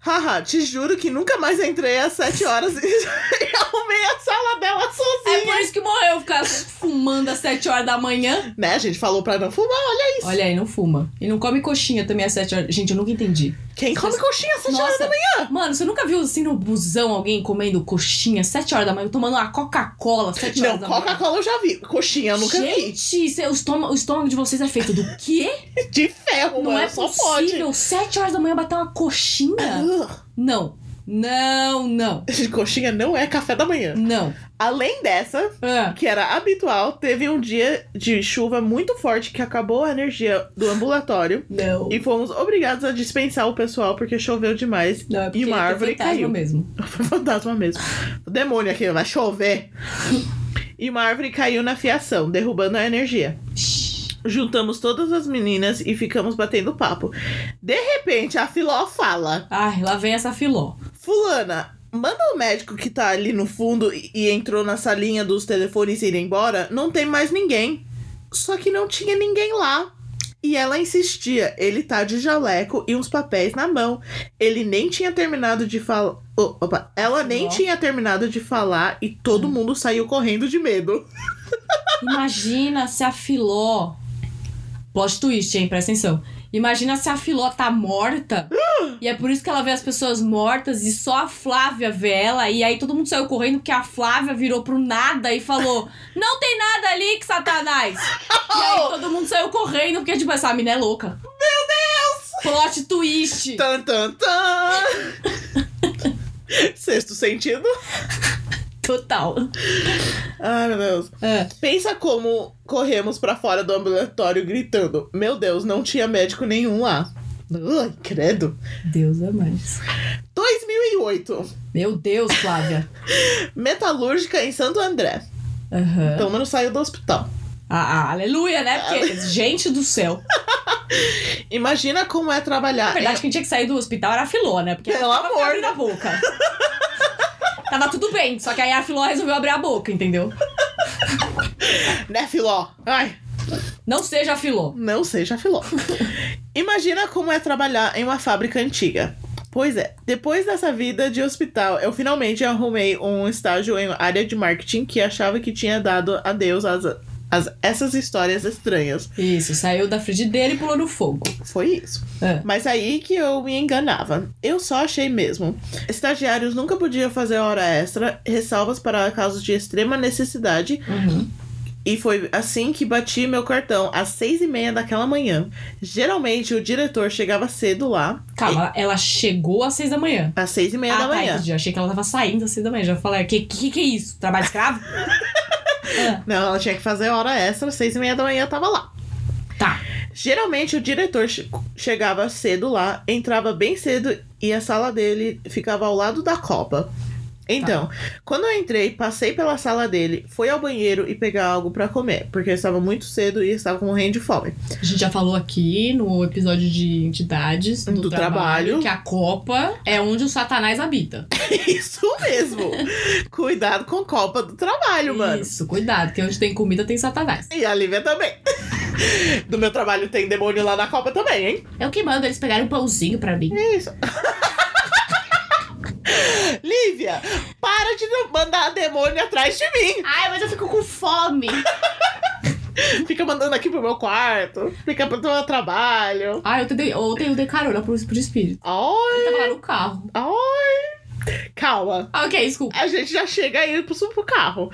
Haha, te juro que nunca mais entrei às sete horas e, e arrumei a sala dela
É
sozinha.
por isso que morreu ficar fumando às 7 horas da manhã.
Né, a gente falou pra não fumar, olha isso.
Olha aí, não fuma. E não come coxinha também às 7 horas. Gente, eu nunca entendi.
Quem come coxinha às sete horas da manhã?
Mano, você nunca viu assim no busão alguém comendo coxinha às 7 horas da manhã, tomando uma Coca-Cola às 7
Não,
horas da manhã?
Coca-Cola eu já vi. Coxinha eu nunca vi.
Gente, cê- o estômago, o estômago de vocês é feito do quê?
De ferro,
Não
mano.
é
só
possível. 7 horas da manhã bater uma coxinha?
pode.
Não. Não, não.
Coxinha não é café da manhã.
Não.
Além dessa,
Ah.
que era habitual, teve um dia de chuva muito forte que acabou a energia do ambulatório
Não.
e fomos obrigados a dispensar o pessoal porque choveu demais.
Não, é porque
E uma
tem
árvore
fantasma
caiu.
mesmo.
Foi fantasma mesmo. O demônio aqui, vai chover. E uma árvore caiu na fiação, derrubando a energia. Juntamos todas as meninas e ficamos batendo papo. De repente, a Filó fala:
Ai, lá vem essa filó.
Fulana, manda o médico que tá ali no fundo e e entrou na salinha dos telefones ir embora. Não tem mais ninguém. Só que não tinha ninguém lá. E ela insistia. Ele tá de jaleco e uns papéis na mão. Ele nem tinha terminado de falar. opa, ela nem
Ó.
tinha terminado de falar e todo mundo saiu correndo de medo.
Imagina se a filó. Plot twist, hein? Presta atenção. Imagina se a filó tá morta. e é por isso que ela vê as pessoas mortas e só a Flávia vê ela. E aí todo mundo saiu correndo porque a Flávia virou pro nada e falou: Não tem nada ali, que satanás! e aí todo mundo saiu correndo porque, tipo, essa mina é louca. Meu Deus! Plot twist!
Tan, tan, tan. Sexto sentido.
Total.
Ai, meu Deus.
É.
Pensa como corremos pra fora do ambulatório gritando: Meu Deus, não tinha médico nenhum lá. Ai, credo.
Deus é mais.
2008.
Meu Deus, Flávia.
Metalúrgica em Santo André.
Aham.
Então, não saiu do hospital.
Ah, ah, aleluia, né? Porque, gente do céu.
Imagina como é trabalhar.
Na verdade, quem tinha que sair do hospital era a Filó, né? Porque
Pelo
ela tava
amor,
abrindo a boca. tava tudo bem, só que aí a Filó resolveu abrir a boca, entendeu?
em- Né, Filó? Ai,
Não seja a Filó.
não seja Filó. Imagina como é trabalhar em uma fábrica antiga. Pois é, depois dessa vida de hospital, eu finalmente arrumei um estágio em área de marketing que achava que tinha dado adeus às, às essas histórias estranhas.
Isso, saiu da frigideira e pulou no fogo.
Foi isso.
É.
Mas aí que eu me enganava. Eu só achei mesmo. Estagiários nunca podiam fazer hora extra, ressalvas para casos de extrema necessidade.
Uhum.
E foi assim que bati meu cartão, às seis e meia daquela manhã. Geralmente o diretor chegava cedo lá,
Calma, ela chegou às seis da manhã.
às seis e meia
ah,
da
tá,
manhã.
entendi. Achei que ela tava saindo às seis da manhã. Já falei, que que, que é isso? Trabalho escravo? Ah,
Não, ela tinha que fazer hora extra, às seis e meia da manhã eu tava lá.
tá.
Geralmente o diretor che- chegava cedo lá, entrava bem cedo e a sala dele ficava ao lado da copa. Então,
Tá.
quando eu entrei, passei pela sala dele, fui ao banheiro e pegar algo pra comer, porque eu estava muito cedo e estava morrendo de fome.
A gente já falou aqui no episódio de entidades do,
Do trabalho.
que a Copa é onde o Satanás habita.
Isso mesmo! Cuidado com Copa do Trabalho, mano.
Isso, cuidado, que onde tem comida tem Satanás.
E a Lívia também. Do meu trabalho tem demônio lá na Copa também, hein?
É o que manda eles pegarem um pãozinho pra mim.
É isso. Lívia, para de mandar demônio atrás de mim.
Ai, mas eu fico com fome.
Fica mandando aqui pro meu quarto, fica pro meu trabalho.
Ai, Ah, eu dei, ontem eu dei carona pro, pro espírito.
Ai,
Eu tava lá no carro.
ai. Calma,
Ah, ok, desculpa.
a gente já chega aí pro, pro carro.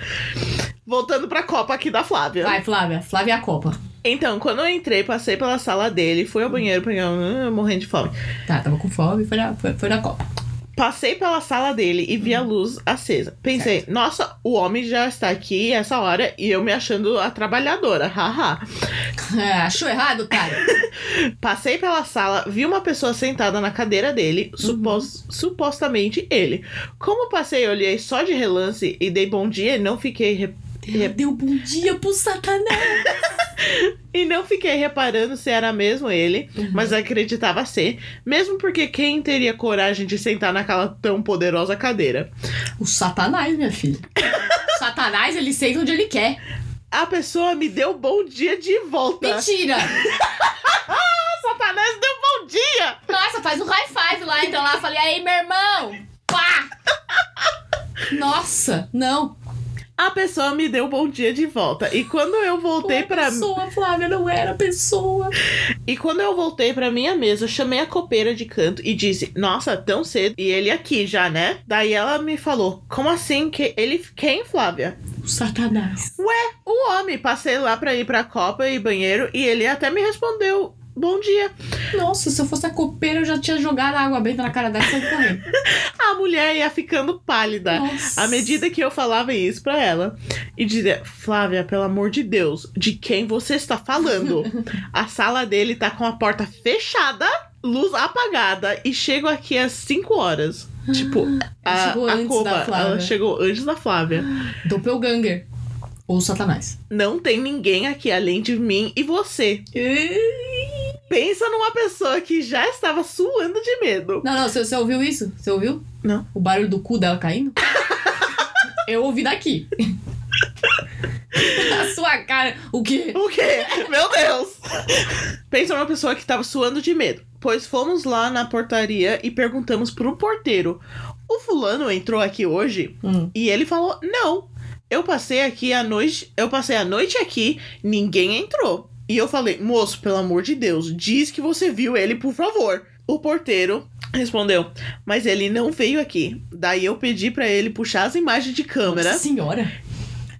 Voltando pra Copa aqui da Flávia.
Vai, Flávia. Flávia é a Copa.
Então, quando eu entrei, passei pela sala dele, fui ao banheiro, peguei um- morrendo de fome.
Tá, tava com fome, foi na, foi, foi na Copa.
Passei pela sala dele e vi a luz acesa. Pensei, nossa, o homem já está aqui essa hora e eu me achando a trabalhadora, haha.
Ah, achou errado, cara?
Passei pela sala, vi uma pessoa sentada na cadeira dele, supos- supostamente ele. Como passei, olhei só de relance e dei bom dia e não fiquei re-
Ela Deu um bom dia pro Satanás.
e não fiquei reparando se era mesmo ele, mas acreditava ser, mesmo porque quem teria coragem de sentar naquela tão poderosa cadeira?
O Satanás, minha filha. O Satanás, ele senta onde ele quer.
A pessoa me deu bom dia de volta.
Mentira!
Satanás deu bom dia!
Nossa, faz um high five lá, entra lá, falei, aí, meu irmão! Pá! Nossa, não.
A pessoa me deu bom dia de volta. E quando é eu voltei
Não era
para
pessoa, Flávia, não era pessoa.
e quando eu voltei para minha mesa, chamei a copeira de canto e disse: "Nossa, tão cedo e ele aqui já, né?" Daí ela me falou: "Como assim que ele quem, Flávia?"
O Satanás.
O homem passei lá pra ir pra copa e banheiro e ele até me respondeu: "Bom dia".
Nossa, se eu fosse a copeira, eu já tinha jogado água benta na cara dela e saído correndo.
A mulher ia ficando pálida.
Nossa.
À medida que eu falava isso pra ela e dizia: Flávia, pelo amor de Deus, de quem você está falando? a sala dele tá com a porta fechada, luz apagada e chego aqui às 5 horas. Tipo,
ela
a,
chegou
a
antes
Coba,
da Flávia.
ela chegou antes da Flávia.
Doppelganger. Ou Satanás.
Não tem ninguém aqui além de mim e você. Pensa numa pessoa que já estava suando de medo.
Não, não, você, você ouviu isso? Você ouviu?
Não.
O barulho do cu dela caindo? Eu ouvi daqui. A sua cara. O quê?
O quê? Meu Deus! Pensa numa pessoa que tava suando de medo. Pois fomos lá na portaria e perguntamos pro porteiro: O fulano entrou aqui hoje?
Hum.
E ele falou: Não. Eu passei aqui a noite. Eu passei a noite aqui, ninguém entrou. E eu falei, moço, pelo amor de Deus, diz que você viu ele, por favor. O porteiro respondeu, mas ele não veio aqui. Daí eu pedi pra ele puxar as imagens de câmera.
Nossa senhora.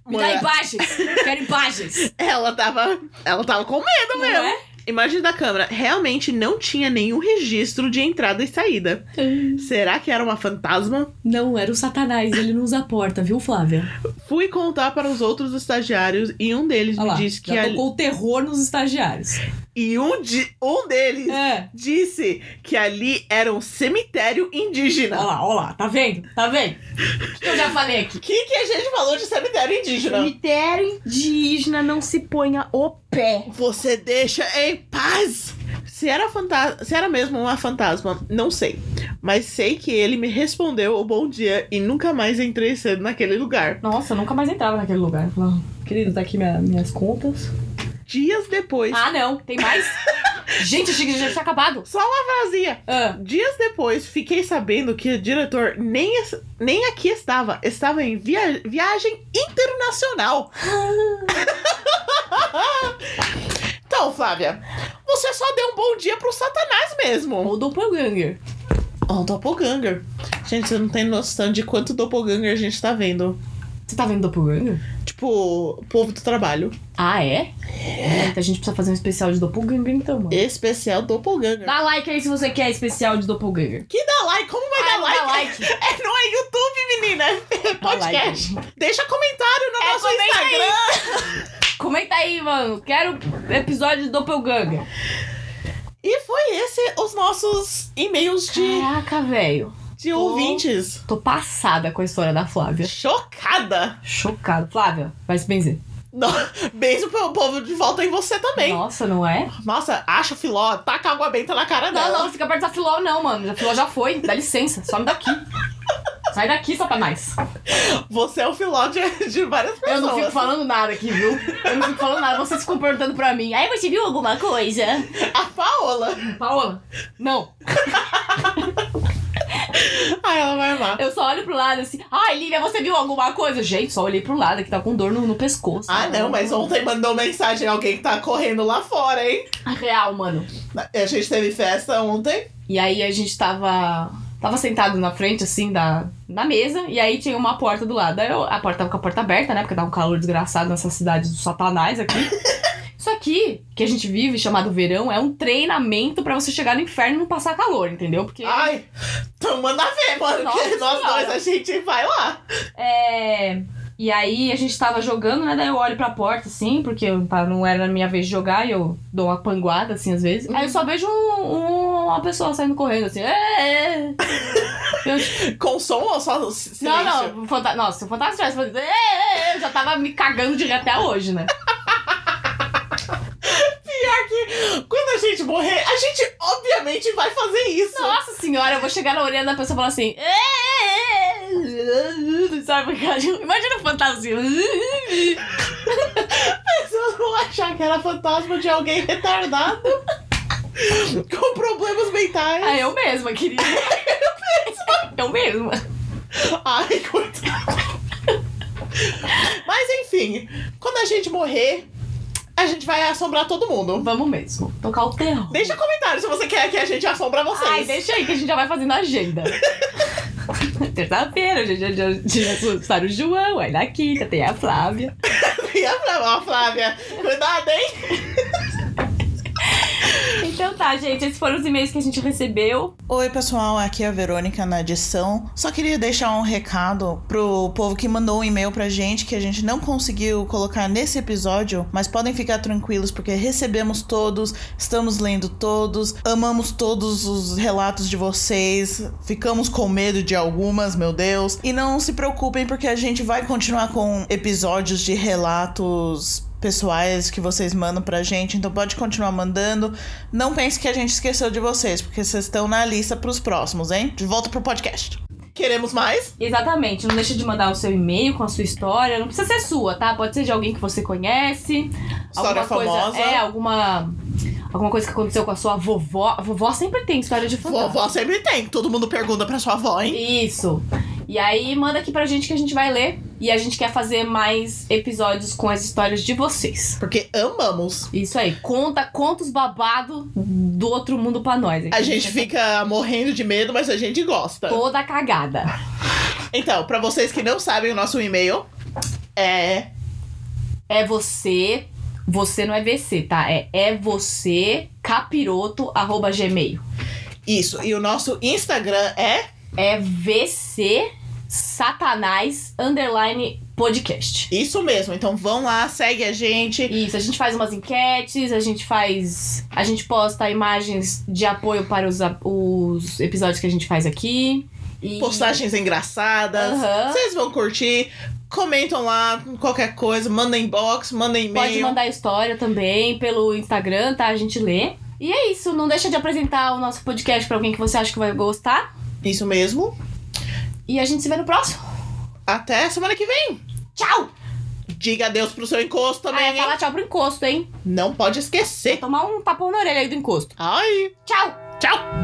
Me dá
Mano,
imagens. Quero imagens.
Ela tava. Ela tava com medo
Não
mesmo.
é?
Imagem da câmera. Realmente não tinha nenhum registro de entrada e saída. Será que era uma fantasma?
Não, era o Satanás. Ele não usa a porta, viu, Flávia?
Fui contar para os outros estagiários e um deles
Olha lá.
me disse que
já
a...
tocou o terror nos estagiários.
e um de um deles
É.
disse que ali era um cemitério indígena.
Olha lá, olha lá. Tá vendo? Tá vendo? O que eu já falei aqui?
O que, que a gente falou de cemitério indígena?
Cemitério indígena não se ponha o pé.
Você deixa em paz. Se era, fanta- se era mesmo uma fantasma, não sei. Mas sei que ele me respondeu o bom dia e nunca mais entrei cedo naquele lugar.
Nossa, eu nunca mais entrava naquele lugar. Eu Falava, querido, tá aqui minha- minhas contas.
Dias depois,
Ah, não, tem mais? gente, achei que já tinha acabado.
vazia.
Ah,
Dias depois, fiquei sabendo que o diretor nem, es- nem aqui estava. Estava em via- viagem internacional. então, Flávia, você só deu um bom dia pro Satanás mesmo.
ou doppelganger.
Ó, o Doppelganger. Gente, você não tem noção de quanto Doppelganger a gente tá vendo.
Você tá vendo doppelganger?
Tipo, o povo do trabalho.
Ah, é? Eita, a gente precisa fazer um especial de doppelganger então, mano.
Especial Doppelganger.
Dá like aí se você quer especial de doppelganger.
Que dá like? Como vai
Ah,
dar
não
like?
Dá like.
É, não é YouTube, menina. É
Dá like.
podcast. Deixa comentário no
É,
nosso
comenta aí.
Instagram.
Comenta aí, mano. Quero episódio de doppelganger.
E foi esse os nossos e-mails de,
Caraca, velho.
de de
Tô-
ouvintes.
Tô passada com a história da Flávia.
Chocada!
Chocada. Flávia, vai se benzer.
Não, Beijo pro povo de volta em você também.
Nossa, não é?
Nossa, acha o filó, taca água benta na cara
Não,
dela.
não, não fica perto da Filó, não, mano. A Filó já foi. Dá licença, some daqui. Sai daqui, Satanás.
Você é o filó de, de várias pessoas.
Eu não fico falando nada aqui, viu? Eu não fico falando nada, você se comportando pra mim. Aí você viu alguma coisa?
A Paola.
Paola, não.
Ai, Ah, ela vai amar.
Eu só olho pro lado assim. Ai, Lívia, você viu alguma coisa? Gente, só olhei pro lado que tá com dor no, no pescoço.
Ah, não, mas ontem mandou mensagem alguém que tá correndo lá fora, hein?
Real, mano.
A gente teve festa ontem.
E aí a gente tava. Tava sentado na frente, assim, da, da mesa, e aí tinha uma porta do lado. Aí eu- a porta tava com a porta aberta, né? Porque tava um calor desgraçado nessa cidade do satanás aqui. Isso aqui, que a gente vive, chamado verão, é um treinamento pra você chegar no inferno e não passar calor, entendeu? Porque
Ai, então manda ver, mano, que
Nossa
nós
Senhora.
dois a gente vai lá.
É. E aí a gente tava jogando, né? Daí eu olho pra porta, assim, porque eu- tá, não era a minha vez de jogar e eu dou uma panguada, assim, às vezes. Aí eu só vejo um- um- uma pessoa saindo correndo, assim. "É, é". Eu, tipo,
Com som ou só silêncio?
não, não, fanta nossa, se o fantasma tivesse fazendo. "É, é, é", Eu já tava me cagando de rir até hoje, né?
Quando a gente morrer, a gente obviamente vai fazer isso.
Nossa senhora, eu vou chegar na orelha da pessoa e falar assim. "É, é, é". Sabe, cara? Imagina o fantasma assim.
pessoas vão achar que era fantasma de alguém retardado com problemas mentais.
Ah, eu mesma, querida. Eu mesma.
Ai, coitado. Mas enfim, quando a gente morrer, a gente vai assombrar todo mundo.
Vamos mesmo. Tocar o terror.
Deixa comentário se você quer que a gente assombra vocês.
Ai, deixa aí que a gente já vai fazendo a agenda. Terça-feira, a gente já, já, já assustaram o João, aí na quinta tem a Flávia.
E a Flá- a Flávia, cuidado, hein?
Então tá, gente, esses foram os e-mails que a gente recebeu.
Oi, pessoal, aqui é a Verônica na edição. Só queria deixar um recado pro povo que mandou um e-mail pra gente que a gente não conseguiu colocar nesse episódio, mas podem ficar tranquilos porque recebemos todos, estamos lendo todos, amamos todos os relatos de vocês, ficamos com medo de algumas, meu Deus. E não se preocupem porque a gente vai continuar com episódios de relatos pessoais que vocês mandam pra gente, então pode continuar mandando. Não pense que a gente esqueceu de vocês, porque vocês estão na lista pros próximos, hein? De volta pro podcast. Queremos mais?
Exatamente, não deixa de mandar o seu e-mail com a sua história. Não precisa ser sua, tá? Pode ser de alguém que você conhece.
História
alguma
famosa.
Coisa, é, alguma. Alguma coisa que aconteceu com a sua vovó. A vovó sempre tem história de fantasma.
Vovó sempre tem. Todo mundo pergunta pra sua avó, hein?
Isso. E aí manda aqui pra gente que a gente vai ler. E a gente quer fazer mais episódios com as histórias de vocês.
Porque amamos.
Isso aí, conta, conta os babado do outro mundo pra nós. hein?
A gente fica morrendo de medo, mas a gente gosta.
toda cagada.
Então, pra vocês que não sabem, o nosso e-mail é
É você, você não é VC, tá? É é você capiroto arroba gmail.
isso. E o nosso Instagram é.
É VC satanás underline podcast.
Isso mesmo. Então vão lá, segue a gente.
Isso, a gente faz umas enquetes, a gente faz. A gente posta imagens de apoio para os, a- os episódios que a gente faz aqui. E...
postagens engraçadas.
Aham.
Vocês vão curtir. Comentam lá qualquer coisa, manda inbox, manda
Pode
e-mail.
mandar história também pelo Instagram, tá? A gente lê. E é isso, não deixa de apresentar o nosso podcast pra alguém que você acha que vai gostar.
Isso mesmo.
E a gente se vê no próximo.
Até semana que vem.
Tchau!
Diga adeus pro seu encosto também.
ah, é
hein?
falar tchau pro encosto, hein?
Não pode
Vou
esquecer.
tomar um tapão na orelha aí do encosto.
Ai,
Tchau!
tchau.